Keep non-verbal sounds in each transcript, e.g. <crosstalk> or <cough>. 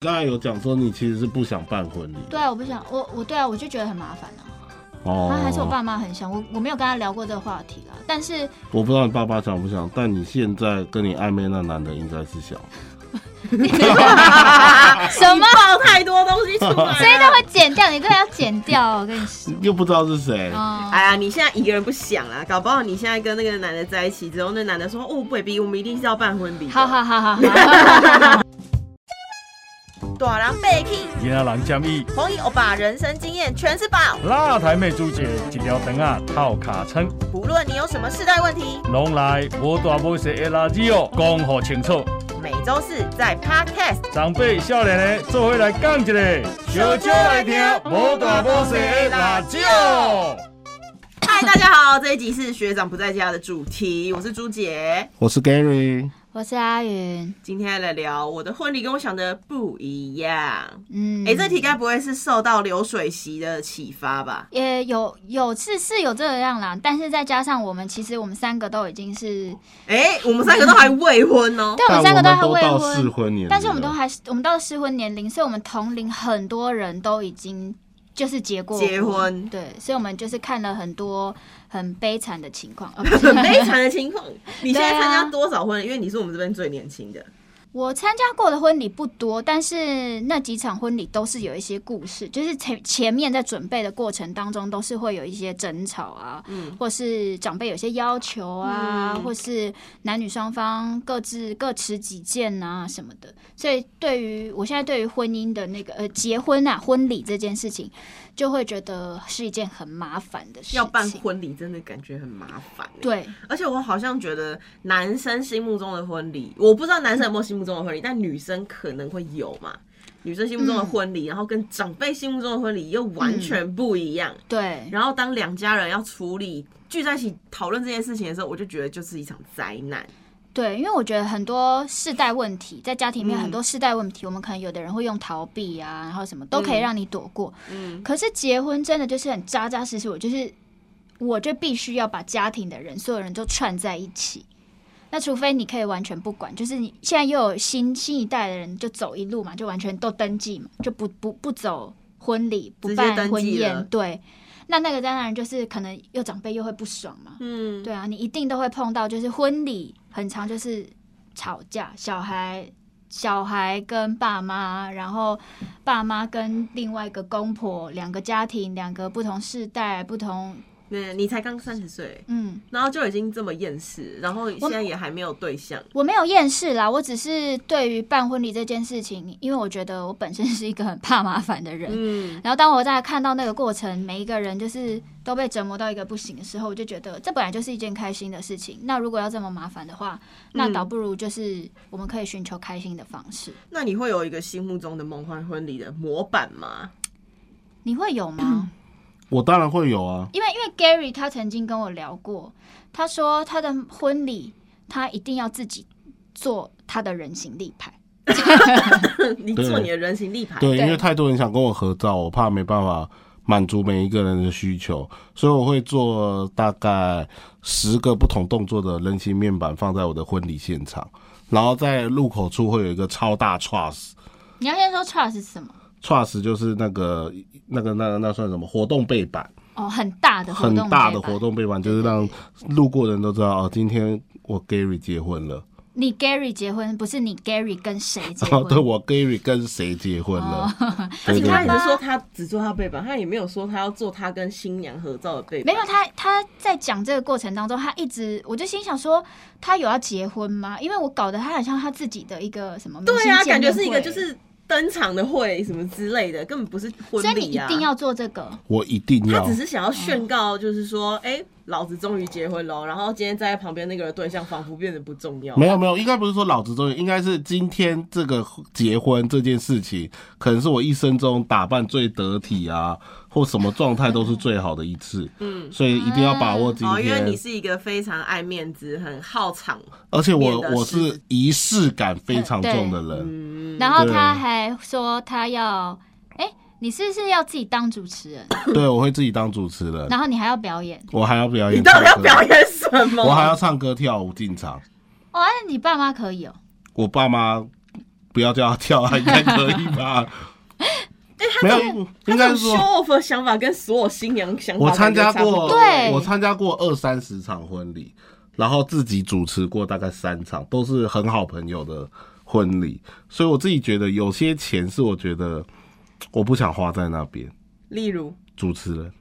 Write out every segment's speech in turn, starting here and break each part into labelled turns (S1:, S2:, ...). S1: 刚才有讲说你其实是不想办婚礼，
S2: 对啊，我不想，我我对啊，我就觉得很麻烦啊。
S1: 哦
S2: 那、还是我爸妈很想我，我没有跟他聊过这个话题啦。
S1: <laughs>
S2: 但是
S1: 我不知道你爸爸想不想，但你现在跟你暧昧那男的应该是想。
S2: 什
S3: <laughs>
S2: 么
S3: 爆太多东西出
S2: <laughs>
S3: 来。
S2: 真的会剪掉，你真的要剪掉，我跟
S1: <laughs>
S2: 你说。
S1: 又不知道是谁，
S2: 嗯，
S3: 哎呀，你现在一个人不想啦，搞不好你现在跟那个男的在一起之后，那男的说：“哦，baby，我们一定是要办婚礼的。”
S2: 好好好好
S1: <laughs>
S2: 好，
S3: 大人被 king，
S4: 伊拉人建议，
S3: 红衣欧巴人生经验全是宝。
S4: 那台妹主姐一条灯啊套卡称，
S3: 不论你有什么世代问题，
S4: 拢来无大无小的垃圾哦，讲好清楚。
S3: 每周四在 Podcast
S4: 长辈少年的做伙来讲一个，小酒来听无大无小的哦辣椒。
S3: 嗨，大家好，这一集是学长不在家的主题，我是朱姐。
S1: 我是 Gary。
S2: 我是阿云。
S3: 今天来聊我的婚礼跟我想的不一样。
S2: 嗯，
S3: 哎、这题该不会是受到流水席的启发吧？
S2: 也有有是是有这样啦，但是再加上我们其实我们三个都已经是，
S3: 哎、我们三个都还未婚哦、
S2: 对
S1: 哦
S2: 我
S1: 但
S2: 们三
S1: 我们
S2: 个都还
S1: 都
S2: 未
S1: 到
S2: 婚，
S1: 适婚年龄了，
S2: 但是我们都还是我们到适婚年龄，所以我们同龄很多人都已经就是结过
S3: 结婚
S2: 对，所以我们就是看了很多很悲惨的情况。哦不是
S3: 很悲惨的情况。你现在
S2: 对啊
S3: 参加多少婚礼？因为你是我们这边最年轻的。
S2: 我参加过的婚礼不多，但是那几场婚礼都是有一些故事，就是前前面在准备的过程当中，都是会有一些争吵啊，
S3: 嗯
S2: 或是长辈有些要求啊，
S3: 嗯
S2: 或是男女双方各自各持己见啊什么的。所以对于我现在对于婚姻的那个呃结婚啊婚礼这件事情，就会觉得是一件很麻烦的事情。
S3: 要办婚礼真的感觉很麻烦、欸。
S2: 对，
S3: 而且我好像觉得男生心目中的婚礼，我不知道男生有没有心目中的婚礼，但女生可能会有嘛。女生心目中的婚礼，然后跟长辈心目中的婚礼又完全不一样。
S2: 对，
S3: 然后当两家人要处理聚在一起讨论这件事情的时候，我就觉得就是一场灾难。
S2: 对，因为我觉得很多世代问题，在家庭里面
S3: 嗯
S2: 很多世代问题，我们可能有的人会用逃避啊，然后什么都可以
S3: 嗯
S2: 让你躲过。
S3: 嗯，
S2: 可是结婚真的就是很扎扎实实，我就是我就必须要把家庭的人，所有人都串在一起。那除非你可以完全不管，就是你现在又有新新一代的人就走一路嘛，就完全都登记嘛，就不不不走婚礼，不
S3: 直接
S2: 办
S3: 登
S2: 婚
S3: 记了
S2: 宴，对。那那个当然就是可能又长辈又会不爽嘛，
S3: 嗯，
S2: 对啊，你一定都会碰到，就是婚礼很常就是吵架，小孩小孩跟爸妈，然后爸妈跟另外一个公婆，两个家庭，两个不同世代，不同
S3: 那你才刚三十岁，
S2: 嗯。
S3: 然后就已经这么厌世，然后现在也还没有对象。
S2: 我没有厌世啦，我只是对于办婚礼这件事情，因为我觉得我本身是一个很怕麻烦的人，
S3: 嗯，
S2: 然后当我在看到那个过程，每一个人就是都被折磨到一个不行的时候，我就觉得这本来就是一件开心的事情。那如果要这么麻烦的话，
S1: 嗯
S2: 那倒不如就是我们可以寻求开心的方式。
S3: 那你会有一个心目中的梦幻婚礼的模板吗？ <laughs>
S2: 你会有
S1: 嗯
S2: 吗？
S1: 我当然会有啊。
S2: 因为因为 Gary 他曾经跟我聊过，他说他的婚礼他一定要自己做他的人形立牌。
S3: 你做你的人形立牌，
S1: 对，
S2: 啊对
S1: 因为太多人想跟我合照，我怕没办法满足每一个人的需求，所以我会做大概十个不同动作的人形面板放在我的婚礼现场，然后在入口处会有一个超大 truss。
S2: 你要先说 trust 是什么？
S1: truss 就是那个那个那个那算什么活动背板，
S2: 哦，很大的活
S1: 很
S2: 动，
S1: 大的活。动背板，就是让路过的人都知道哦，今天我 Gary 结婚了，
S2: 你 Gary 结婚不是你 Gary 跟谁结
S1: 然后
S2: 婚？
S1: 对我 Gary 跟谁结婚 <laughs> 了，
S3: 而
S1: 对
S3: 且
S1: 对
S3: 他也
S1: 对，
S3: 是说他只做他背板，他也没有说他要做他跟新娘合照的背
S2: 没有
S3: 板。
S2: 他，他在讲这个过程当中，他一直我就心想说，他有要结婚吗？因为我搞得他很像他自己的一个什么明
S3: 对
S2: 星
S3: 啊，
S2: 见
S3: 感
S2: 面
S3: 觉
S2: 会
S3: 是一个就，是登场的会什么之类的，根本不是婚
S2: 所以你
S3: 礼
S2: 一
S3: 啊。
S2: 定要做这个，
S1: 我一定
S3: 他
S1: 要
S3: 只。是想要宣告，就是说，哎、老子终于结婚喽。然后今天站在旁边那个人对象仿佛变得不重要。
S1: 哦没有没有，应该不是说老子终于，应该是今天这个结婚这件事情，可能是我一生中打扮最得体啊，或什么状态都是最好的一次。嗯，所以一定要把握今
S3: 哦，因为
S1: 天。
S3: 你是一个非常爱面子、很好场，
S1: 而且我
S3: 免得
S1: 我
S3: 是
S1: 是仪式感非常重的人，
S3: 嗯，
S2: 然后
S1: 对啊
S2: 他还说他要，哎，你是不是要自己当主持人，
S1: 对我会自己当主持人，
S2: 然后你还要表演？
S1: 我还要表演，
S3: 你到底要表？演什么？
S1: 我还要唱歌跳舞进场。
S2: 啊哦，那你爸妈可以哦，
S1: 我爸妈不要叫他跳啊，应该可以吧？
S3: <laughs>
S1: 没有，应该
S3: 他
S1: 是
S3: 这
S1: 说
S3: 种 show off 的想法跟所有新娘想法，
S1: 我参加过，
S2: 对
S1: 我参加过二三十场婚礼，然后自己主持过大概三场，都是很好朋友的婚礼，所以我自己觉得有些钱是我觉得我不想花在那边
S3: 例如，
S1: 主持
S3: <laughs>
S1: 人，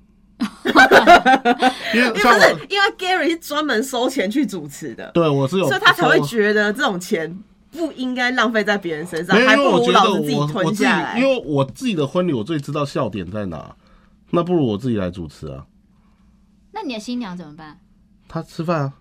S1: 因为
S3: 因为
S1: 像
S3: 不是
S1: 我，
S3: 因为 Gary 是专门收钱去主持的，
S1: 对我是有，
S3: 所以他才会
S1: 我
S3: 觉得这种钱不应该浪费在别人身上，
S1: 没有，
S3: 还
S1: 因为
S3: 不
S1: 我
S3: 如
S1: 觉
S3: 老
S1: 得
S3: 子自己
S1: 我我
S3: 吞
S1: 自己
S3: 下，来
S1: 因。为我自己的婚礼我最知道笑点在哪，那不如我自己来主持啊，
S2: 那你的新娘怎么办
S1: 他吃饭啊。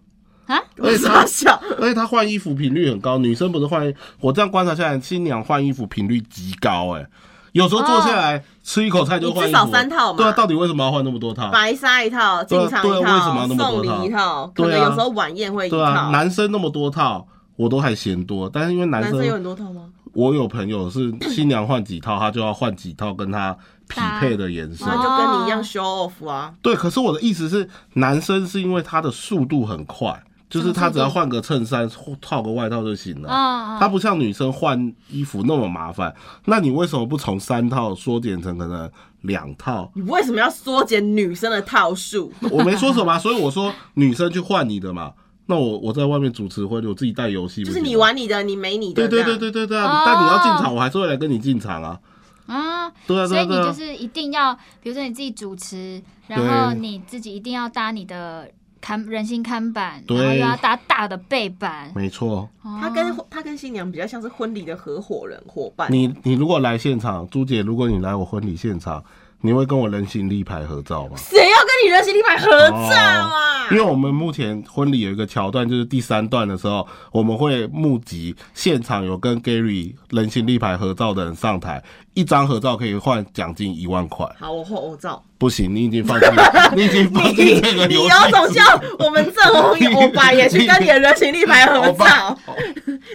S2: 啊？
S1: 而且
S3: 傻
S1: 他
S3: 笑，
S1: 而且她换衣服频率很高，女生不是换，我这样观察下来，新娘换衣服频率极高、哎，有时候坐下来、吃一口菜就换衣服，
S3: 哦你至少三套嘛
S1: 对啊，到底为什么要换那么多套？
S3: 白纱一套，
S1: 对啊
S3: 进场
S1: 对啊
S3: 一
S1: 为什么要
S3: 套，
S1: 那么多
S3: 送
S1: 套
S3: 礼一套，可
S1: 对啊
S3: 能有时候晚宴会一
S1: 对啊，
S3: 套。
S1: 男生那么多套，我都还嫌多，但是因为男
S3: 男
S1: 生，
S3: 生有很多套吗？
S1: 我有朋友是新娘换几套，他就要换几套跟他匹配的颜色
S2: 对
S3: 那。
S2: 啊
S3: 就跟你一样
S2: 哦
S3: show off 啊，
S1: 对，可是我的意思是，男生是因为他的速度很快，就是他只要换个衬衫、套个外套就行了。
S2: 啊、
S1: 它
S2: 啊
S1: 不像女生换衣服那么麻烦，那你为什么不从三套缩减成可能两套？
S3: 你为什么要缩减女生的套数？
S1: 我没说什么啊、所以我说女生去换你的嘛。那我我在外面主持婚礼，我自己带游戏，
S3: 就
S1: 不
S3: 是
S1: 行吗
S3: 你。玩你的，你没你
S1: 对
S3: 的。
S1: 对
S3: 这
S1: 对
S3: 样，
S1: 对对对
S2: 哦
S1: 啊！但你要进场，我还是会来跟你进场啊。
S2: 啊！
S1: 对啊对
S2: 所以
S1: 啊
S2: 你
S1: 对
S2: 就
S1: 啊！
S2: 是一定要，比如说你自己主持，然后你自己一定要搭你的看人形看板，然
S1: 对
S2: 后又要搭大的背板。
S1: 没错，
S3: 他
S2: 哦
S3: 跟他跟新娘比较像是婚礼的合伙人伙伴。
S1: 你你如果来现场，朱姐，如果你来我婚礼现场，你会跟我人形立牌合照吗？
S3: 谁要跟你人形立牌合照啊？
S1: 因为我们目前婚礼有一个桥段，就是第三段的时候，我们会募集现场有跟 Gary 人形立牌合照的人上台，一张合照可以换奖金一万块。
S3: 好，我后我照。
S1: 不行，你已经放弃， <laughs> 你已经
S3: 你
S1: 放弃这个
S3: 你
S1: 游
S3: 有
S1: 戏。
S3: 种叫我们郑红英欧巴也去跟你的人形立牌合
S1: 欧
S3: <laughs>
S1: 巴
S3: 照，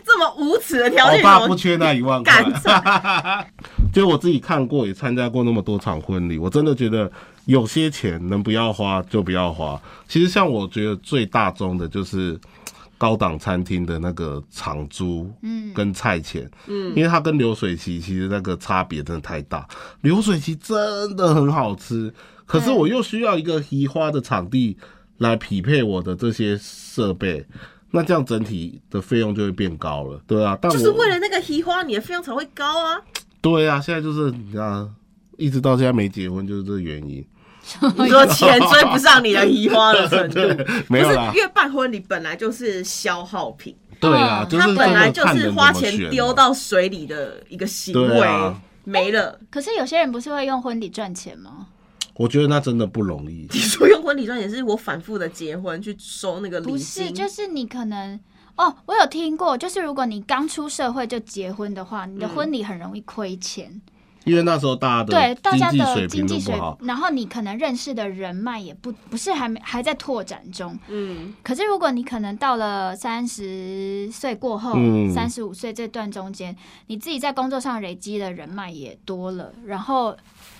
S3: 这么无耻的条
S1: 我
S3: 件，你怎
S1: 爸不
S3: 么
S1: 缺那一万块
S3: 敢。
S1: <laughs>
S3: 照？
S1: 就我自己看过，也参加过那么多场婚礼，我真的觉得有些钱能不要花就不要花。其实像我觉得最大宗的就是高档餐厅的那个场租，嗯，跟菜钱，嗯，因为它跟流水席其实那个差别真的太大。流水席真的很好吃，可是我又需要一个移花的场地来匹配我的这些设备。那这样整体的费用就会变高了，对啊，但我
S3: 就是为了那个提花，你的费用才会高啊！
S1: 对啊，现在就是你看，一直到现在没结婚，就是这个原因。
S3: 你说钱追不上你的移花
S1: <laughs>
S3: 的程度，
S1: 没
S3: 不
S1: 有
S3: 是
S1: 啦，
S3: 因为办婚礼本来就是消耗品，
S1: 对啊，
S2: 嗯
S1: 就是
S3: 它本来
S1: 这
S3: 就
S1: 个看人
S3: 是
S1: 怎么
S3: 花
S1: 选啊
S3: 钱丢。到水里的一个行
S1: 对
S3: 为
S1: 啊，
S3: 没了。
S2: 可是有些人不是会用婚礼赚钱吗？
S1: 我觉得那真的不容易。
S3: 你说用婚礼赚钱是我反复的结婚去收那个礼
S2: 不是，
S3: 金，
S2: 就是你可能哦，我有听过，就是如果你刚出社会就结婚的话，你的婚礼很容易亏钱。
S1: 因为那时候大
S2: 对
S1: 家
S2: 大
S1: 的
S2: 家
S1: 经济
S2: 的
S1: 水
S2: 经
S1: 平都
S2: 济水
S1: 不好，，
S2: 然后你可能认识的人脉也不不是还没还在拓展中。
S3: 嗯，
S2: 可是如果你可能到了三十岁过后
S1: 嗯，
S2: 三十五岁这段中间，你自己在工作上累积的人脉也多了，然后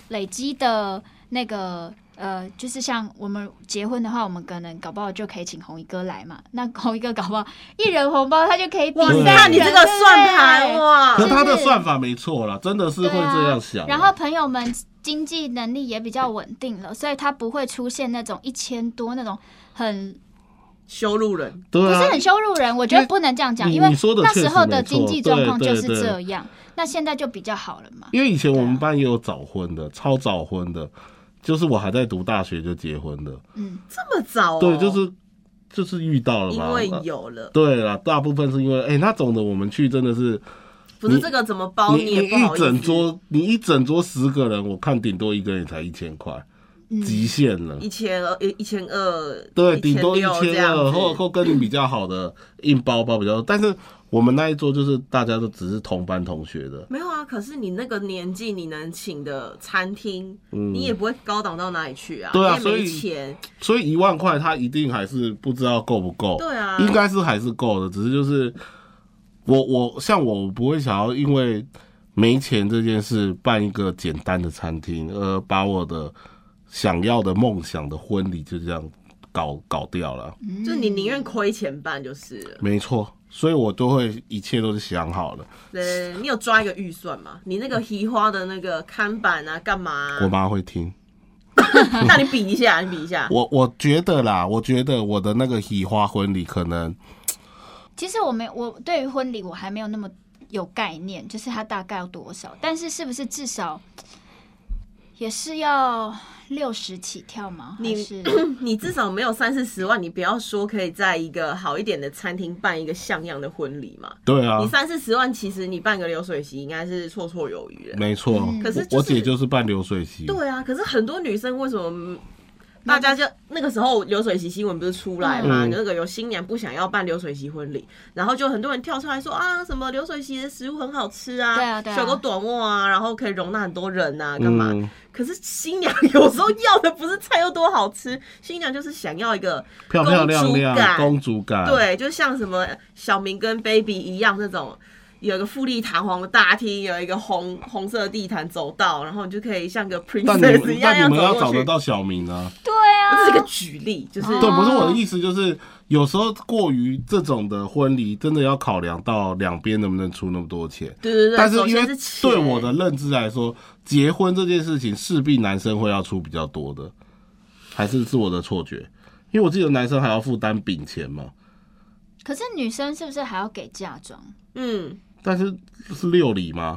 S2: 累积的那个。呃，就是像我们结婚的话，我们可能搞不好就可以请红衣哥来嘛。 <laughs> 那红衣哥搞不好一人红包，他就可以抵
S3: 哇
S1: 对
S3: 塞，
S2: 三
S3: 你这
S2: 人
S3: 个
S2: 对不
S3: 算
S2: 对
S3: 盘哇
S1: 可！他的
S2: 就是
S1: 算法没错啦，真的是会
S2: 对啊
S1: 这样想啊。
S2: 然后朋友们经济能力也比较稳定了，所以他不会出现那种一千多那种很
S3: 羞辱人，
S2: 不
S1: 对
S2: 是
S1: 啊，
S2: 很羞辱人。我觉得不能这样讲，
S1: 你
S2: 因为
S1: 你说的
S2: 那
S1: 确
S2: 时
S1: 实
S2: 候
S1: 没
S2: 的经
S1: 错
S2: 济状
S1: 对
S2: 况
S1: 对
S2: 就是
S1: 对
S2: 这样，那现在就比较好了嘛。
S1: 因为以前我
S2: 对
S1: 们
S2: 啊
S1: 班也有早婚的，超早婚的，就是我还在读大学就结婚的，
S2: 嗯，
S3: 这么早哦？
S1: 对，就是就是遇到了
S3: 因
S1: 嘛。
S3: 为有了，
S1: 对啦，大部分是因为哎，那种的我们去真的是
S3: 不是这个怎么包
S1: 你
S3: 也不好
S1: 一
S3: 意思。
S1: 整桌，你一整桌十个人，我看顶多一个人也才一千块，
S2: 嗯
S1: 极限了。
S3: 嗯一千二，一千二，
S1: 对，顶多一
S3: 1600这
S1: 千
S3: 样
S1: 二，
S3: 子
S1: 或或跟你比较好的硬包包比较多。但是我们那一桌就是大家都只是同班同学的，
S3: 没有啊，可是你那个年纪，你能请的餐厅，你也不会高档到哪里去啊，
S1: 嗯对啊
S3: 你也没
S1: 所以
S3: 钱，
S1: 所以一万块他一定还是不知道够不够。
S3: 对啊
S1: 哦应该是还是够的，只是就是我我像我不会想要因为没钱这件事办一个简单的餐厅，而把我的想要的梦想的婚礼就这样搞搞掉了。
S2: 嗯
S3: 就是你宁愿亏钱办就是了。
S1: 没错，所以我都会一切都是想好了。
S3: 呃，你有抓一个预算吗？你那个移花的那个看板啊，干嘛啊、
S1: 嗯我妈会听，
S3: 那你比一下，你比一下。
S1: <laughs> 我我觉得啦，我觉得我的那个喜花婚礼可能
S2: 其实我没我对于婚礼我还没有那么有概念，就是它大概要多少，但是是不是至少也是要六十起跳吗？还
S3: 你 <clears throat>
S2: 是
S3: 你至少没有三四十万，你不要说可以在一个好一点的餐厅办一个像样的婚礼嘛。
S1: 对啊
S3: 你，三四十万，其实你办个流水席应该是绰绰有余的。
S1: 没错。
S2: 嗯
S3: 可是
S1: 我
S3: 就
S1: 我
S3: 是
S1: 姐就是办流水席，
S3: 对啊，可是很多女生为什么嗯大家就那个时候流水席新闻不是出来嘛？
S1: 嗯
S3: 那个有新娘不想要办流水席婚礼，然后就很多人跳出来说啊，什么流水席的食物很好吃啊，
S2: 对啊对啊
S3: 小狗短袜啊，然后可以容纳很多人啊，干嘛？
S1: 嗯，
S3: 可是新娘有时候要的不是菜有多好吃，新娘就是想要一个
S1: 漂漂亮亮
S3: 公主，感
S1: 公主感，，
S3: 对，就像什么小明跟 baby 一样那种，有一个富丽堂皇的大厅，有一个红红色的地毯走道，然后你就可以像个
S1: 但你们
S3: <laughs> princess 一样
S1: 但
S3: 样
S1: 你们要
S3: 走
S1: 找
S3: 过
S1: 得
S3: 去。
S1: 到小明啊，
S2: 对
S3: 这
S2: 啊，
S3: 是个举例，就是
S1: 对，
S2: 哦
S1: 不是我的意思，就是有时候过于这种的婚礼，真的要考量到两边能不能出那么多钱。
S3: 对对对，
S1: 但是
S3: 首
S1: 因
S3: 先
S1: 为
S3: 是
S1: 对
S3: 钱
S1: 我的认知来说，结婚这件事情势必男生会要出比较多的，还是是我的错觉？因为我记得男生还要负担饼钱嘛，
S2: 可是女生是不是还要给嫁妆？
S3: 嗯。
S1: 但是是六礼吗？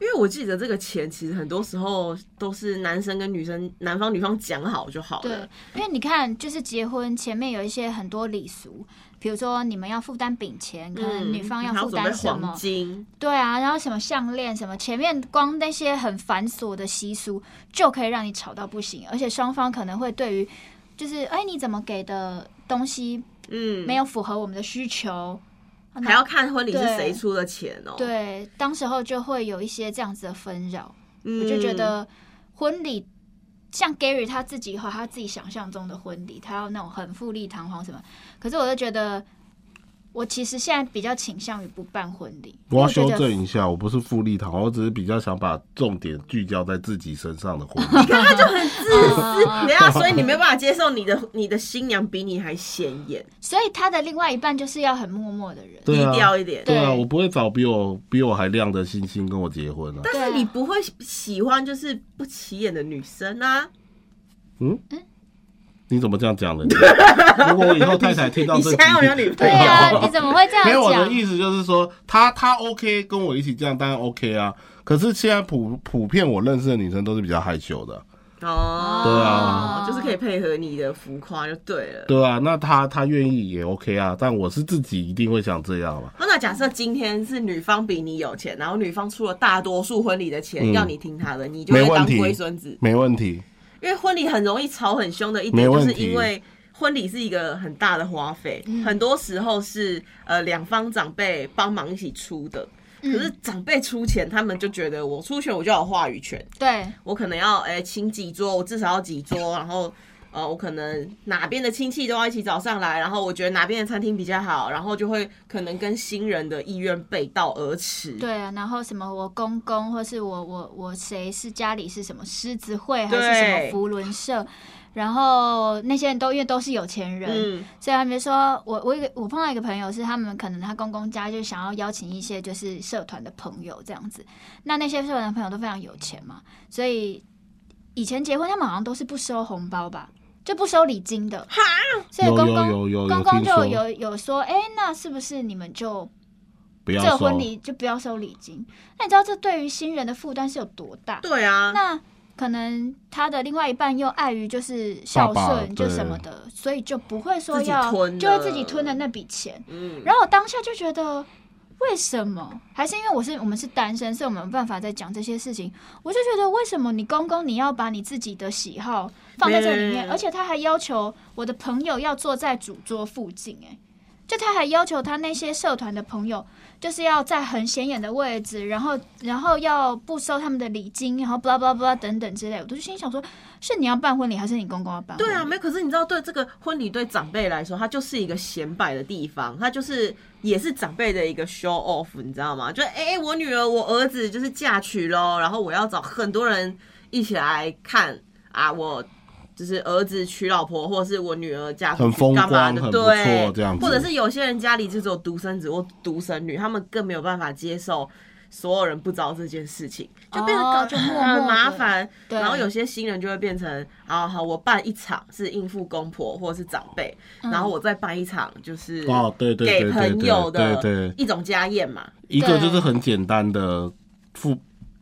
S3: 因为我记得这个钱其实很多时候都是男生跟女生、男方女方讲好就好
S2: 对
S3: 了。，
S2: 因为你看，就是结婚前面有一些很多礼俗，比如说你们要负担饼钱，可能女方要
S3: 还
S2: 负
S3: 嗯准备
S2: 担什么
S3: 黄？金，
S2: 对啊，然后什么项链什么，前面光那些很繁琐的习俗就可以让你吵到不行，而且双方可能会对于就是哎你怎么给的东西
S3: 嗯，
S2: 没有符合我们的需求，
S1: 哦
S3: 还要看婚礼是
S2: 对
S3: 谁出的钱哦、，
S2: 对，当时候就会有一些这样子的纷扰，
S3: 嗯、
S2: 我就觉得哦婚礼。像 Gary 他自己和他自己想象中的婚礼，他要那种很富丽堂皇什么，可是我就觉得，我其实现在比较倾向于不办婚礼。
S1: 我要
S2: 因为
S1: 修
S2: 觉得
S1: 正一下，我不是富丽堂皇，我只是比较想把重点聚焦在自己身上的婚
S3: <laughs>
S1: 礼。
S2: 哦
S3: 对啊，所以
S1: <laughs>
S3: 你没有办法接受你的你的新娘比你还显眼，
S2: 所以他的另外一半就是要很默默的人。
S3: 低
S1: 对啊，
S3: 调一点。
S1: 对啊，
S2: 对
S1: 我不会找比我比我还亮的星星跟我结婚啊。
S3: 但是
S2: 对啊
S3: 你不会喜欢就是不起眼的女生啊！
S1: 你怎么这样讲
S3: <laughs>
S1: 呢？如果我以后太太听到
S3: 你
S1: 这
S3: 现
S1: 集，
S3: 在有没有女朋
S2: 对
S1: <laughs>
S3: 友？
S2: 啊，你怎么会这样
S1: 哦没
S2: 讲？
S1: 有我的意思就是说，她她 OK 跟我一起这样，当然 OK 啊。可是现在普普遍我认识的女生都是比较害羞的，
S3: 哦，
S1: 对
S2: 哦
S1: 啊
S3: 就是可以配合你的浮夸就对了。
S1: 对啊，那她她愿意也 OK 啊，但我是自己一定会想这样嘛。啊
S3: 那那假设今天是女方比你有钱，然后女方出了大多数婚礼的钱，
S1: 嗯
S3: 要你听她的，你就会
S1: 没问
S3: 当
S1: 题
S3: 龟孙子。
S1: 没问题，
S3: 因为婚礼很容易吵很凶的一
S1: 没
S3: 点，就
S1: 问
S3: 是
S1: 题
S3: 因为婚礼是一个很大的花费，很多时候是呃两方长辈帮忙一起出的。可是长辈出钱，他们就觉得我出钱我就有话语权，
S2: 对，
S3: 我可能要哎、请几桌，我至少要几桌，然后呃我可能哪边的亲戚都要一起找上来，然后我觉得哪边的餐厅比较好，然后就会可能跟新人的意愿背道而驰。
S2: 对啊，然后什么我公公或是我我我谁是家里是什么狮子会还
S3: 对
S2: 是什么福伦社，然后那些人都因为都是有钱人，
S3: 嗯，
S2: 所以他们就说我我一个我碰到一个朋友是他们可能他公公家就想要邀请一些就是社团的朋友这样子，那那些社团的朋友都非常有钱嘛，所以以前结婚他们好像都是不收红包吧，就不收礼金的，所以
S1: 有
S2: 公
S1: 有
S2: 公
S1: 有哦有
S2: 公
S1: 有
S2: 公
S1: 听
S2: 就
S1: 说，
S2: 有有说，哎、那是不是你们就
S1: 不
S2: 这
S1: 要
S2: 个
S1: 说
S2: 婚礼就不要收礼金？那你知道这对于新人的负担是有多大？
S3: 对啊，
S2: 那可能他的另外一半又碍于就是孝
S1: 爸爸
S2: 顺就什么
S1: 对
S2: 的，所以就不会说
S3: 自己
S2: 要
S3: 吞
S2: 就会
S3: 了
S2: 自己吞了那笔钱。
S3: 嗯，
S2: 然后我当下就觉得。为什么？还是因为我是我们是单身，所以我们没有办法再讲这些事情。我就觉得为什么你公公你要把你自己的喜好放在这里面，
S3: 嗯
S2: 而且他还要求我的朋友要坐在主桌附近、哎，就他还要求他那些社团的朋友，就是要在很显眼的位置，然后然后要不收他们的礼金，然后 blah blah blah 等等之类的。我都心想说，是你要办婚礼，还是你公公要办婚礼？
S3: 对啊，没有。可是你知道，对这个婚礼对长辈来说，它就是一个显摆的地方，它就是也是长辈的一个 show off，你知道吗？就哎、诶我女儿、我儿子就是嫁娶喽，然后我要找很多人一起来看啊，我就是儿子娶老婆，或者是我女儿嫁出去
S1: 很风光
S3: 干嘛的，
S1: 很不错
S3: 对，
S1: 这样子
S3: 或者是有些人家里就只有独生子或独生女，他们更没有办法接受所有人不知道这件事情，就变得
S2: 哦
S3: 搞
S2: 就
S3: 得
S2: 默默地
S3: 很麻烦。
S2: 对
S3: 然后有些新人就会变成，啊好，我办一场是应付公婆或者是长辈，然后我再办一场就是
S1: 哦对对对
S3: 给
S1: 对
S3: 朋
S1: 对
S3: 友
S1: 对
S3: 的
S1: 对
S3: 一种家宴嘛，
S1: 一个
S2: 对
S1: 就是很简单的父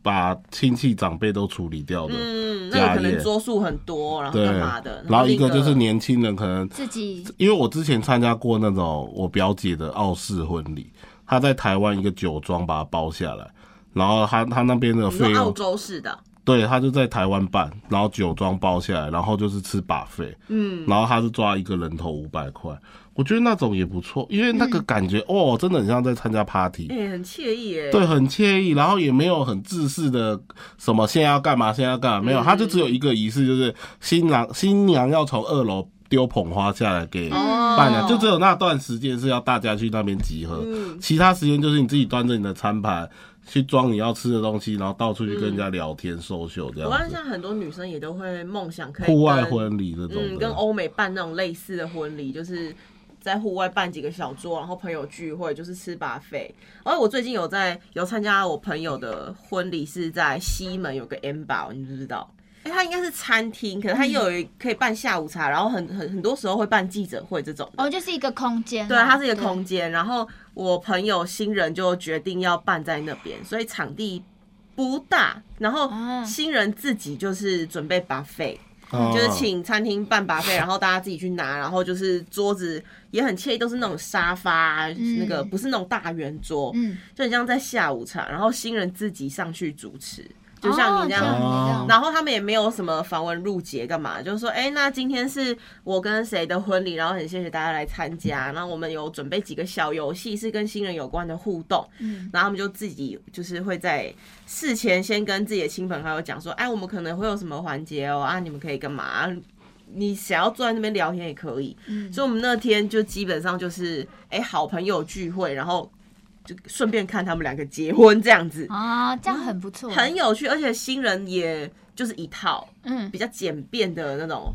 S1: 把亲戚长辈都处理掉的，
S3: 嗯，那
S1: 家
S3: 个可能
S1: 宴
S3: 桌数很多，然后
S1: 对
S3: 啊干嘛的，，
S1: 然后一
S3: 另
S1: 个就是年轻人可能
S2: 自己
S1: 因为我之前参加过那种我表姐的澳式婚礼，她在台湾一个酒庄把它包下来，然后她她那边的
S3: 你
S1: 费
S3: 说澳
S1: 用，
S3: 洲式的，
S1: 对，她就在台湾办，然后酒庄包下来，然后就是吃把费，嗯，然后她是抓一个人头五百块，我觉得那种也不错，因为那
S3: 嗯
S1: 个感觉、哦，真的很像在参加 party，
S3: 哎、很惬意哎、
S1: 对，很惬意，然后也没有很自私的什么现在要干嘛，现在要干嘛，没
S2: 嗯
S1: 有，他就只有一个仪式，就是新郎新娘要从二楼丢捧花下来给
S2: 嗯
S3: 哦
S1: 伴啊娘，就只有那段时间是要大家去那边集合，
S2: 嗯
S1: 其他时间就是你自己端着你的餐盘去装你要吃的东西，然后到处去跟人家聊天、搜秀这
S3: 我看
S1: 样子，
S3: 像很多女生也都会梦想可以
S1: 户外
S3: 跟，
S1: 婚礼这种
S3: 嗯，
S1: 的哦
S3: 跟。欧美办那种类似的婚礼，就是在户外办几个小桌，然后朋友聚会，就是吃把费。而我最近有在有参加我朋友的婚礼，是在西门有个 M 宝，你知不知道？嗯哎、它应该是餐厅，可是它又有一可以办下午茶，然后很很很多时候会办记者会这种的。
S2: 哦，就是一个空间啊，
S3: 对，它是一个空间。然后我朋友新人就决定要办在那边，所以场地不大。然后
S2: 啊
S3: 新人自己就是准备 buffet，、
S1: 哦
S3: 就是请餐厅办 buffet，然后大家自己去拿。然后就是桌子也很惬意，都是那种沙发，
S2: 嗯
S3: 那个不是那种大圆桌，
S2: 嗯，
S3: 就很像在下午茶。然后新人自己上去主持，就像
S2: 哦
S3: 你那
S2: 这
S3: 样
S1: 哦
S2: 样
S3: 然后他们也没有什么繁文缛节干嘛，就是说，哎，那今天是我跟谁的婚礼，然后很谢谢大家来参加。然后我们有准备几个小游戏，是跟新人有关的互动。
S2: 嗯
S3: 然后他们就自己就是会在事前先跟自己的亲朋好友讲说，哎，我们可能会有什么环节哦，啊，你们可以干嘛、你想要坐在那边聊天也可以。
S2: 嗯，
S3: 所以我们那天就基本上就是，哎，好朋友聚会，然后就顺便看他们两个结婚这样子。
S2: 啊，这样很不错，
S3: 很有趣，而且新人也就是一套
S2: 嗯
S3: 比较简便的那种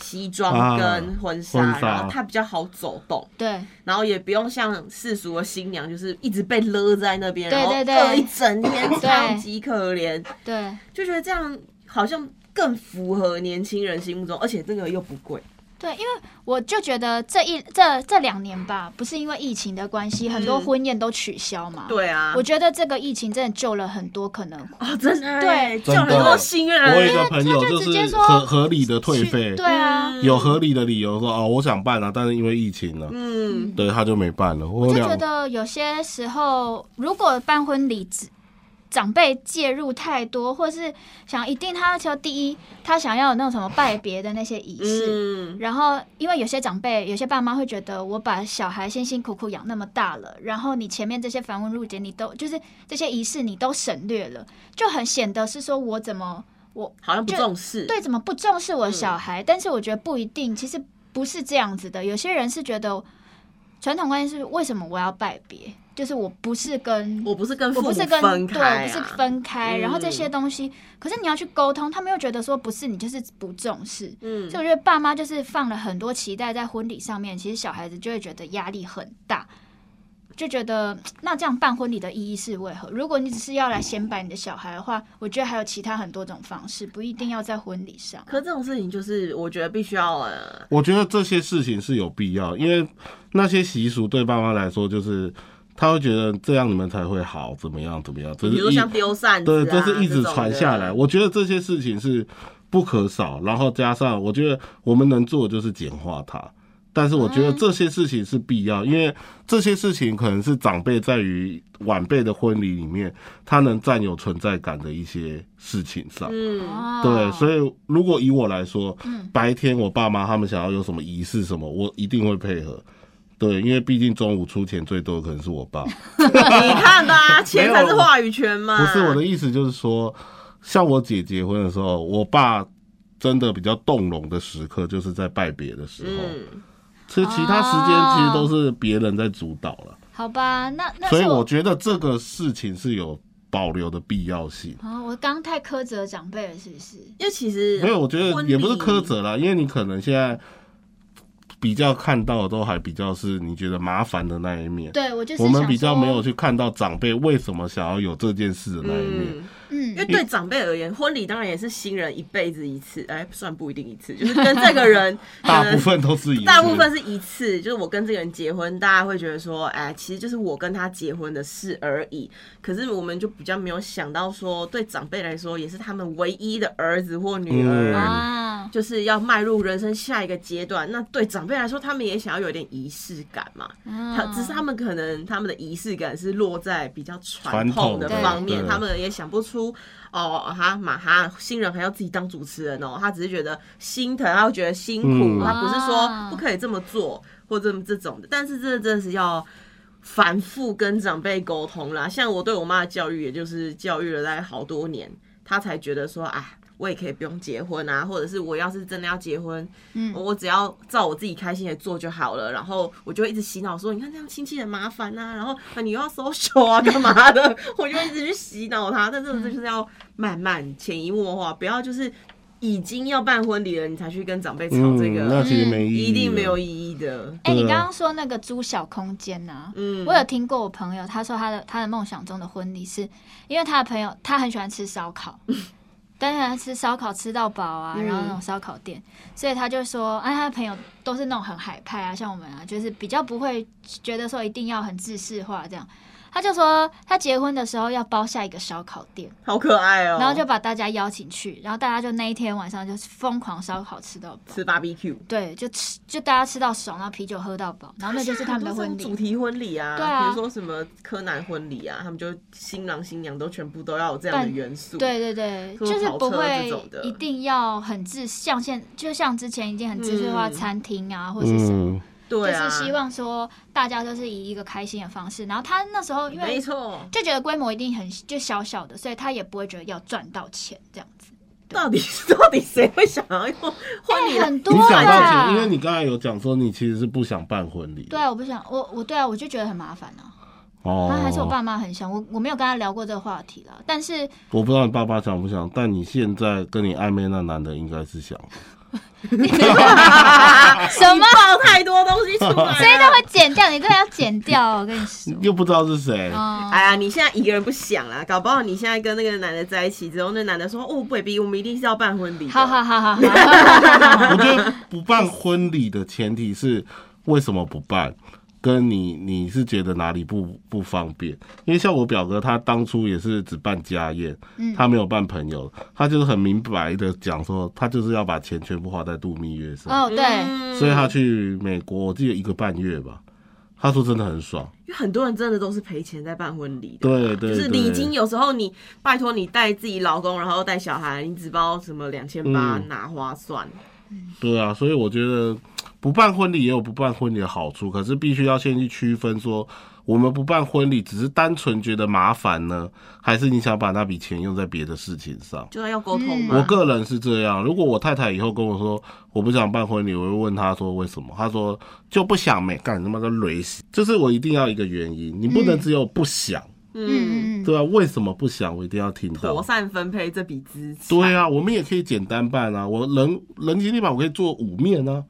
S3: 西装跟婚纱，
S1: 啊婚纱
S3: 然后它比较好走动，
S2: 对，
S3: 然后也不用像世俗的新娘就是一直被勒在那边，
S2: 对
S3: 然后
S2: 对对
S3: 饿一整年，
S2: 对
S3: 超级可怜，
S2: 对
S3: 就觉得这样好像更符合年轻人心目中，而且这个又不贵，
S2: 对，因为我就觉得这一这这两年吧，不是因为疫情的关系，很多
S3: 嗯
S2: 婚宴都取消嘛。、
S3: 对啊，
S2: 我觉得这个疫情真的救了很多可能
S3: 哦真的
S2: 对
S3: 就很多新
S1: 我有一
S3: 人，
S1: 个朋友
S2: 他就直接
S1: 是
S2: 说
S1: 合合理的退
S2: 去
S1: 费，
S2: 对啊，
S3: 嗯
S1: 有合理的理由说哦，我想办啊，但是因为疫情了，
S3: 嗯，
S1: 对他就没办了。我
S2: 我就
S1: 两
S2: 觉得有些时候，如果办婚礼只长辈介入太多，或是想一定他求第一，他想要有那种什么拜别的那些仪式，
S3: 嗯，
S2: 然后，因为有些长辈、有些爸妈会觉得，我把小孩辛辛苦苦养那么大了，然后你前面这些繁文缛节，你都就是这些仪式你都省略了，就很显得是说我怎么我
S3: 好像不
S2: 就
S3: 重视，
S2: 对怎么不重视我
S3: 嗯
S2: 小孩。但是我觉得不一定，其实不是这样子的。有些人是觉得传统观念是为什么我要拜别，就是我不是跟
S3: 我不是跟
S2: 我
S3: 父
S2: 不
S3: 母
S2: 是跟
S3: 分
S2: 对，我
S3: 开、啊，嗯
S2: 不是分开，然后这些东西，可是你要去沟通，他们又觉得说不是你就是不重视，
S3: 嗯
S2: 所以我觉得爸妈就是放了很多期待在婚礼上面，其实小孩子就会觉得压力很大，就觉得那这样办婚礼的意义是为何？如果你只是要来显摆你的小孩的话，我觉得还有其他很多种方式，不一定要在婚礼上。
S3: 可这种事情就是，我觉得必须要呃，
S1: 我觉得这些事情是有必要，因为那些习俗对爸妈来说，就是他会觉得这样你们才会好，怎么样怎么样，这
S3: 比如
S1: 是
S3: 说
S1: 一
S3: 像丢扇子、啊，
S1: 对，这是一直传下来。
S3: 这种的
S1: 我觉得这些事情是不可少，然后加上我觉得我们能做的就是简化它。但是我觉得这些事情是必要，因为这些事情可能是长辈在于晚辈的婚礼里面，他能占有存在感的一些事情上。
S3: 嗯，
S2: <laughs> 哦
S1: 对，所以如果以我来说，
S2: 嗯
S1: 白天我爸妈他们想要有什么仪式什么，我一定会配合。对，因为毕竟中午出钱最多的可能是我爸，
S3: 你看吧，钱才是话语权嘛。
S1: 不是我的，意思，就是说，像我姐结婚的时候，我爸真的比较动容的时刻就是在拜别的时候，
S3: 嗯，
S1: 其实其他时间其实都是别人在主导了，
S2: 好吧，那那
S1: 所以
S2: 是
S1: 我
S2: 我
S1: 觉得这个事情是有保留的必要性。
S2: 啊、我刚刚太苛责长辈了，是不是？
S3: 因为其实
S1: 没有，我觉得
S3: 婚
S1: 也不是苛
S3: 礼
S1: 责啦，因为你可能现在比较看到的都还比较是你觉得麻烦的那一面，
S2: 对我就是
S1: 我们
S2: 想
S1: 比较没有
S2: 说，
S1: 去看到长辈为什么想要有这件事的那一面。
S3: 嗯，因为
S2: 嗯，
S3: 对长辈而言，婚礼当然也是新人一辈子一次，哎，算不一定一次，就是跟这
S1: <laughs>
S3: 个人
S1: 大
S3: 可能
S1: 部分都是一致，
S3: 大部分是一次，就是我跟这个人结婚，大家会觉得说，哎，其实就是我跟他结婚的事而已。可是我们就比较没有想到说，对长辈来说，也是他们唯一的儿子或女
S1: 嗯
S3: 儿，啊
S2: 哇，
S3: 就是要迈入人生下一个阶段。那对长辈来说，他们也想要有一点仪式感嘛。他
S2: 嗯
S3: 只是他们可能他们的仪式感是落在比较传
S1: 传
S3: 统
S1: 统
S3: 的
S2: 的
S3: 方面，
S1: 对
S3: 他们也想不出哦，哈马哈新人还要自己当主持人哦，他只是觉得心疼，他会觉得辛
S1: 嗯
S3: 苦，他不是说
S2: 啊
S3: 不可以这么做或这么这种的，但是这真的是要。反复跟长辈沟通啦，像我对我妈的教育，也就是教育了大概好多年，她才觉得说，啊，我也可以不用结婚啊，或者是我要是真的要结婚，
S2: 嗯
S3: 我只要照我自己开心的做就好了，然后我就会一直洗脑说，你看这样亲戚很麻烦呐、然后啊你又要 social 啊干嘛的，我就会一直去洗脑他。但是就是要慢慢潜移默化，不要就是已经要办婚礼了，你才去跟长辈吵这
S1: 嗯，那
S3: 个，
S1: 其实没意义，
S3: 一定没有。意义的。
S2: 哎、你
S1: 对啊
S2: 刚刚说那个租小空间呐、
S3: 嗯，
S2: 我有听过我朋友，他说他的他的梦想中的婚礼是，因为他的朋友他很喜欢吃烧
S3: <laughs>
S2: 烤，但是他吃烧烤吃到饱啊，
S3: 嗯
S2: 然后那种烧烤店，所以他就说，哎、他的朋友都是那种很海派啊，像我们啊，就是比较不会觉得说一定要很制式化这样。他就说他结婚的时候要包下一个烧烤店，
S3: 好可爱哦、
S2: 然后就把大家邀请去，然后大家就那一天晚上就疯狂烧烤吃到饱。
S3: 吃 barbecue，
S2: 对，就吃就大家吃到爽，然后啤酒喝到饱，然后那就是他们的婚
S3: 很多这种主
S2: 礼。
S3: 题婚礼啊，
S2: 对啊
S3: 比如说什么柯南婚礼啊，他们就新郎新娘都全部都要有这样的
S2: 办
S3: 元素。
S2: 对对对，
S3: 坐
S2: 就是
S3: 跑
S2: 不
S3: 车
S2: 会
S3: 这种的
S2: 一定要很自像现，就像之前已经很自式化
S3: 嗯
S2: 餐厅啊，或者是什么，
S1: 嗯，
S3: 对
S2: 就
S3: 啊，
S2: 是希望说大家都是以一个开心的方式。然后他那时候因
S3: 没
S2: 为
S3: 错。
S2: 就觉得规模一定很就小小的，所以他也不会觉得要赚到钱这样子。
S3: 到底 <laughs> 到底谁会想要用婚礼
S2: 哎
S3: 来？
S2: 很多
S1: 你想到
S2: 啊，
S1: 钱，因为你刚才有讲说你其实是不想办婚礼，
S2: 对啊，我不想我我对啊，我就觉得很麻烦啊。
S1: 哦，
S2: 他还是我爸妈很想我，我没有跟他聊过这个话题啦。
S1: <laughs>
S2: 但是
S1: 我不知道你爸爸想不想，但你现在跟你暧昧那男的应该是想，
S2: <laughs>
S3: <laughs>
S2: 什么
S3: 爆太多东西出来
S2: 这一
S3: 了。
S2: 段会剪掉，你这个要剪掉，我跟你说。
S1: 又不知道是谁。
S2: 嗯，
S3: <laughs> 哎呀，你现在一个人不想啦，搞不好你现在跟那个男的在一起之后，那男的说：“哦，baby，我们一定是要办婚礼的。”
S2: 好好好好好，
S1: 我觉得不办婚礼的前提是为什么不办，跟你你是觉得哪里不不方便？因为像我表哥，他当初也是只办家宴，
S3: 嗯
S1: 他没有办朋友，他就是很明白的讲说，他就是要把钱全部花在度蜜月上，
S2: 哦对。
S3: 嗯
S1: 所以他去美国，我记得一个半月吧。他说真的很爽，
S3: 因为很多人真的都是赔钱在办婚礼的嘛，
S1: 对对
S3: 就是
S1: 对
S3: 礼金有时候你拜托你带自己老公，然后带小孩，你只包什么两千八
S1: 嗯
S3: 拿花算，
S1: 对啊，所以我觉得不办婚礼也有不办婚礼的好处，可是必须要先去区分说，我们不办婚礼只是单纯觉得麻烦呢，还是你想把那笔钱用在别的事情上？
S3: 就要沟通嘛。
S1: 我个人是这样，如果我太太以后跟我说我不想办婚礼，我会问她说为什么，她说就不想没干，你他妈的雷死，就是我一定要一个原因，你不能只有不想，
S3: 嗯，
S2: 嗯嗯嗯，
S1: 对啊，为什么不想，我一定要听到
S3: 妥。善分配这笔资产。
S1: 啊对啊，我们也可以简单办啊。我人人形立板我可以做五面啊，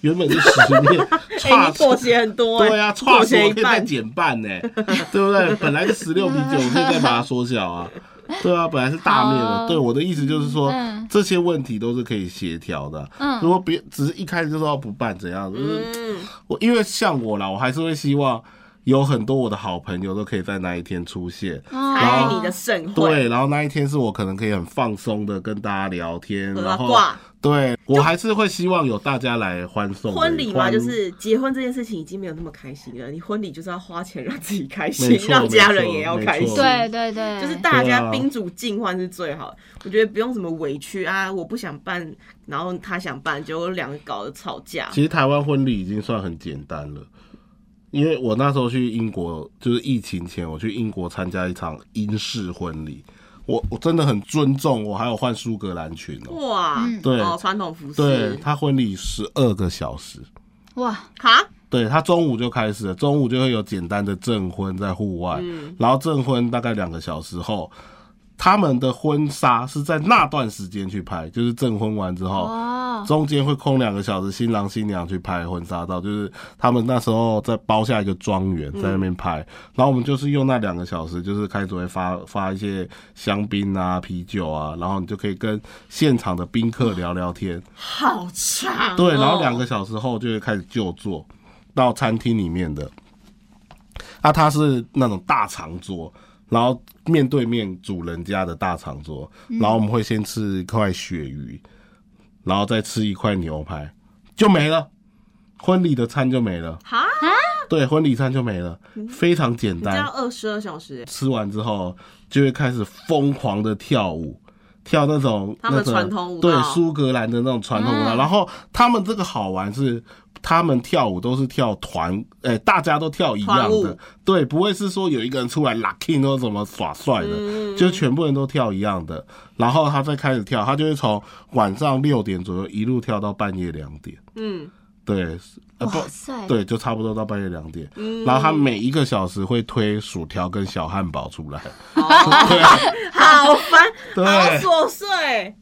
S1: 原本是十面，
S3: 哎，
S1: 差
S3: 你妥协很多，哎
S1: 对啊，
S3: 妥
S1: 差
S3: 协
S1: 我
S3: 一
S1: 可以再
S3: 半。
S1: 减半呢，对不对？本来是十六比九，我可以再把它缩小啊。对啊，本来是大面的。
S2: 好
S1: 对我的意思就是说
S2: 嗯，
S1: 这些问题都是可以协调的。
S2: 嗯
S1: 如果别只是一开始就说要不办怎样，就是
S3: 嗯，
S1: 我因为像我啦，我还是会希望有很多我的好朋友都可以在那一天出现。
S3: 参
S2: 哦
S3: 与你的盛会。
S1: 对，然后那一天是我可能可以很放松的跟大家聊天，
S3: 八
S1: 然后
S3: 卦
S1: 对我还是会希望有大家来欢送
S3: 婚礼嘛，
S1: 欢
S3: 就是结婚这件事情已经没有那么开心了。你婚礼就是要花钱让自己开心
S1: 没，错
S3: 让家人也要开
S1: 没
S3: 心。
S1: 错
S2: 对，对对，
S3: 就是大
S1: 对
S3: 家
S1: 啊
S3: 宾主尽欢是最好的。我觉得不用什么委屈啊，我不想办，然后他想办，结果两个搞得吵架。
S1: 其实台湾婚礼已经算很简单了，因为我那时候去英国，就是疫情前，我去英国参加一场英式婚礼，我我真的很尊重，我还有换苏格兰裙哦、
S3: 哇，
S2: 嗯
S1: 对
S3: 哦，传统服
S1: 对
S3: 饰，
S1: 他婚礼十二个小时，
S2: 哇，
S3: 哈，
S1: 对他中午就开始了，中午就会有简单的证婚在户外，然后证婚大概两个小时后，他们的婚纱是在那段时间去拍，就是证婚完之后，
S2: 哦，
S1: 中间会空两个小时，新郎新娘去拍婚纱照，就是他们那时候在包下一个庄园，在那边拍。然后我们就是用那两个小时，就是开始会发发一些香槟啊、啤酒啊，然后你就可以跟现场的宾客聊聊天。
S3: 好长、哦。
S1: 对，然后两个小时后就会开始就坐到餐厅里面的。啊，它是那种大长桌，然后面对面主人家的大长桌，然后我们会先吃一块鳕鱼，然后再吃一块牛排，就没了。婚礼的餐就没了，
S3: 哈，
S1: 对，婚礼餐就没了，非常简
S3: 你这
S1: 单
S3: 要。二十二小时，
S1: 吃完之后就会开始疯狂的跳舞，跳那种
S3: 他们
S1: 那种
S3: 传统舞蹈嗯
S1: 对苏格兰的那种传统舞蹈。然后他们这个好玩是，他们跳舞都是跳团，哎、大家都跳一样
S3: 团舞
S1: 的，对，不会是说有一个人出来 lucky 或怎么耍帅的，
S3: 嗯
S1: 就全部人都跳一样的。然后他再开始跳，他就会从晚上六点左右一路跳到半夜两点。
S3: 嗯，
S1: 对，呃不
S2: 哇，
S3: 哎
S2: 塞，
S1: 对，就差不多到半夜两点。
S3: 嗯
S1: 然后他每一个小时会推薯条跟小汉堡出
S3: <laughs>
S1: 来。对啊，
S3: 好烦，
S1: <laughs> 对
S3: 好琐碎。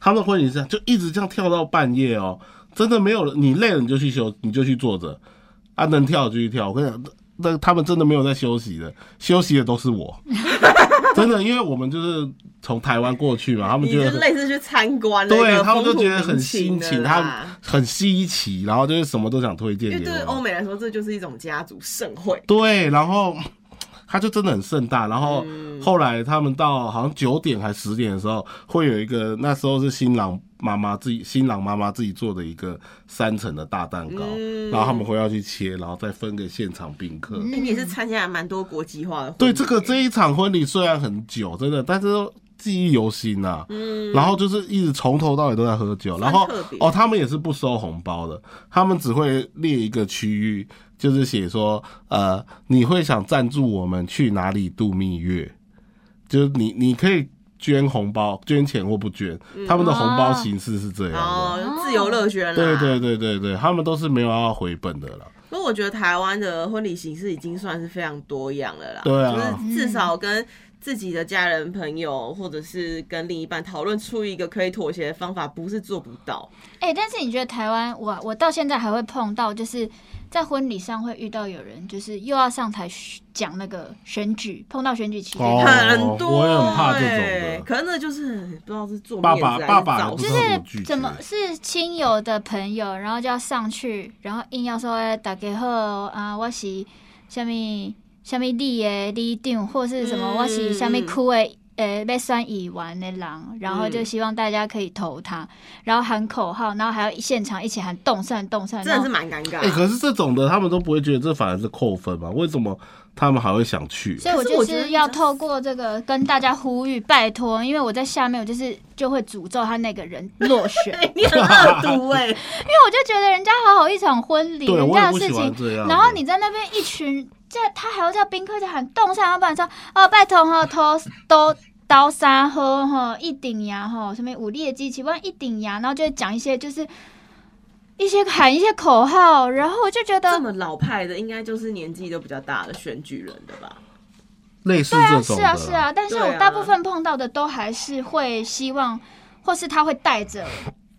S1: 他们婚礼是这样，就一直这样跳到半夜哦，真的没有人，你累了你就去休，你就去坐着，啊，能跳就去跳。我跟你讲，那那他们真的没有在休息的，休息的都是
S3: <laughs>
S1: 我，真的，因为我们就是从台湾过去嘛，他们
S3: 你
S1: 觉
S3: 就
S1: 得
S3: 类似去参观那
S1: 对
S3: 个
S1: 他
S3: 风
S1: 们
S3: 土
S1: 就
S3: 民
S1: 觉
S3: 情的啦，
S1: 得很新奇，他们很稀奇，然后就是什么都想推荐
S3: 因为
S1: 给
S3: 对
S1: 我
S3: 欧。美来说，这就是一种家族盛会。
S1: 对，然后他就真的很盛大。然后后来他们到好像九点还十点的时候，会有一个那时候是新郎妈妈自己新郎妈妈自己做的一个三层的大蛋糕，然后他们会要去切，然后再分给现场宾客。
S3: 欸你也是参加了蛮多国际化的婚礼。
S1: 嗯对这个这一场婚礼虽然很久，真的，但是都记忆犹新呐、然后就是一直从头到尾都在喝酒，然后
S3: 算特别
S1: 哦，他们也是不收红包的，他们只会列一个区域，就是写说，呃，你会想赞助我们去哪里度蜜月？就是你你可以捐红包，捐钱或不捐，
S2: 嗯
S1: 他们的红包形式是这样的。
S3: 哦，自由乐园啦。
S1: 啊对对对对对，他们都是没有要回本的了。
S3: 不过我觉得台湾的婚礼形式已经算是非常多样了啦，
S1: 对啊
S3: 就是至少跟自己的家人、朋友，或者是跟另一半讨论出一个可以妥协的方法，不是做不到。
S2: 哎、但是你觉得台湾，我我到现在还会碰到，就是在婚礼上会遇到有人，就是又要上台选讲那个选举，碰到选举期间，
S1: 哦
S3: 很多、
S1: 我
S3: 欸，
S1: 也很怕这种的
S3: 可能那就是不知道是做
S1: 爸
S3: 面子
S1: 爸
S3: 还是
S1: 爸爸
S3: 造
S1: 不
S3: 势
S1: 知
S2: 就
S1: 道怎么
S2: 是
S1: 拒
S2: 怎
S1: 绝
S2: 么是亲友的朋友，然后就要上去，然后硬要说哎大家好啊、我是什么什么里的里长，或是什么、
S3: 嗯
S2: 我是什么区的。呃，被酸乙烷的狼，然
S3: 嗯
S2: 后就希望大家可以投他，然后喊口号，然后还要现场一起喊动算动算，
S3: 真
S2: 然
S3: 的
S2: 后
S3: 是蛮尴尬
S1: 哎、可是这种的他们都不会觉得这反而是扣分嘛？为什么他们还会想去？
S2: 所以我
S3: 可是
S2: 就
S3: 我觉得
S2: 是
S3: 你
S2: 要
S3: 知道
S2: 透过这个跟大家呼吁，拜托，因为我在下面，我就是就会诅咒他那个人落
S3: <laughs>
S2: 选，因
S3: 哎你很恶毒
S2: <laughs>
S3: 哎、
S2: 为我就觉得人家好好一场婚礼，
S1: 对
S2: 人
S1: 我
S2: 家
S1: 也
S2: 的
S1: 不
S2: 事
S1: 喜欢
S2: 情，
S1: 这样的。
S2: 然后你在那边一群，这他还要叫宾客在喊动山，要不然说哦，拜托哈，偷都刀沙喝哈，一顶牙哈，什么武力的机器，万一顶牙，然后就会讲一些就是一些喊一些口号，然后我就觉
S3: 这
S2: 得。
S3: 么老派的，应该就是年纪都比较大的选举人的吧？
S1: 类似
S2: 对啊，
S1: 这种
S2: 是
S1: 的
S2: 啊，
S1: 啦，
S2: 是啊，但是我
S3: 对啊
S2: 大部分碰到的都还是会希望，或是他会带着。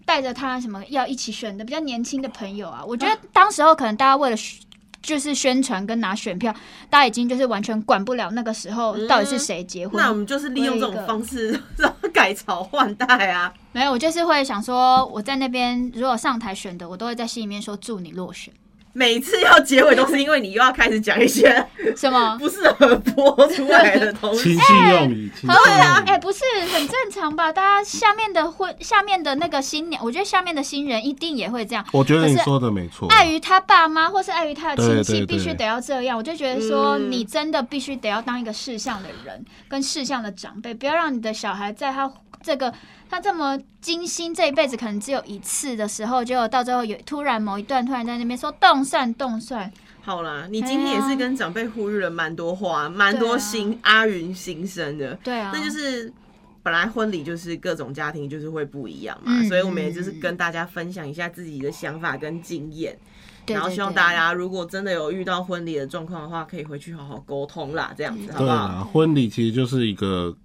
S2: 带着他什么要一起选的比较年轻的朋友啊，我觉得当时候可能大家为了宣就是宣传跟拿选票，大家已经就是完全管不了那个时候到底是谁结婚。
S3: 嗯那我们就是利用这
S2: 我有
S3: 种
S2: 一个
S3: 方式 <laughs> 让他改朝换代啊。
S2: 没有，我就是会想说，我在那边如果上台选的，我都会在心里面说祝你落
S3: <laughs>
S2: 选，
S3: 每次要结尾都是因为你又要开始讲一些
S2: <laughs> 什么？
S3: 不适合播出来的东
S1: 情 <laughs>
S3: 西。
S1: 绪用语，情绪
S2: 对啊
S1: 用，语
S2: 哎、不是很正常吧？大家下面的婚，下面的那个新娘，我觉得下面的新人一定也会这样。
S1: 我觉得你
S2: 可是
S1: 说的没错。
S2: 碍于他爸妈或是碍于他的亲
S1: 对
S2: 戚，
S1: 对对
S2: 必须得要这样。我就觉得说，
S3: 嗯
S2: 你真的必须得要当一个世上的人，跟世上的长辈，不要让你的小孩在他这个他这么精心这一辈子可能只有一次的时候，就到最后有突然某一段突然在那边说动算动算，
S3: 好啦，你今天也是跟长辈呼吁了蛮多话，蛮多心阿云心声的。
S2: 对啊，
S3: 那就是本来婚礼就是各种家庭就是会不一样嘛，
S2: 嗯
S3: 所以我们也就是跟大家分享一下自己的想法跟经验。
S2: 对
S3: 然后
S2: 对
S3: 希望
S2: 对
S3: 大家如果真的有遇到婚礼的状况的话，可以回去好好沟通啦，这
S2: 嗯
S3: 样子好
S1: 对
S3: 不好？
S1: 啦，婚礼其实就是一个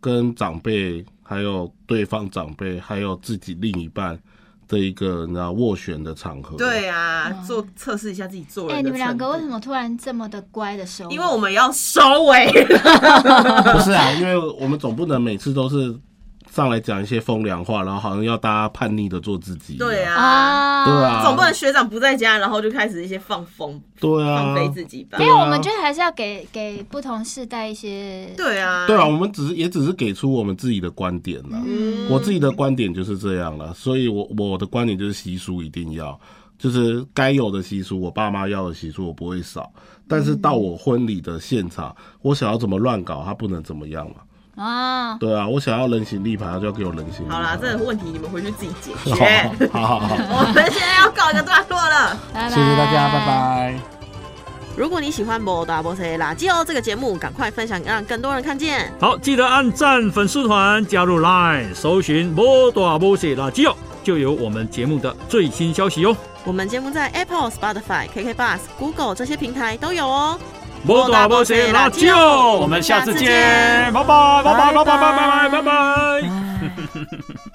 S1: 跟长辈、还有对方长辈、还有自己另一半的一个然后斡旋的场合。
S3: 对啊，做测试一下自己做
S2: 嗯哎、
S3: 人
S2: 你
S3: 的
S2: 们两
S3: 程
S2: 个为什
S3: 度。
S2: 么突然这么的乖的收？
S3: 因为我们要收尾 <laughs> 了，
S1: <laughs> 不是啊，因为我们总不能每次都是上来讲一些风凉话，然后好像要大家叛逆的做自己。
S3: 对，啊，
S2: 啊，
S1: 对啊，
S3: 总不能学长不在家，然后就开始一些放风、
S1: 对
S3: 放
S1: 啊，
S3: 飞自己吧
S2: 因
S1: 对。
S2: 为我们就还是要给给不同世代一些，
S3: 对啊，
S1: 对啊，我们只是也只是给出我们自己的观点啦。
S3: 嗯
S1: 我自己的观点就是这样了，所以我我的观点就是习俗一定要，就是该有的习俗，我爸妈要的习俗我不会少，但是到我婚礼的现场，我想要怎么乱搞，他不能怎么样嘛。
S3: 嗯
S2: 啊，
S1: 对啊，我想要人形立牌，他就要给我人形立牌。啊
S3: 好啦，这个问题你们回去自己解决。
S1: 好，好好好。
S3: <laughs> 我们现在要告一个段落了。
S2: 拜拜，
S4: 谢谢大家，拜。拜。
S3: 如果你喜欢《摩达波塞垃圾哦》这个节目，赶快分享，让更多人看见。
S4: 好，记得按赞粉丝团，加入 Line，搜寻“摩大摩西垃圾哦”，就有我们节目的最新消息哦哟。
S3: 我们节目在 Apple、Spotify、KK Bus、Google 这些平台都有哦。
S4: 摩大摩西垃圾哦，我们下次见，拜拜，拜拜，拜拜，拜拜，拜拜。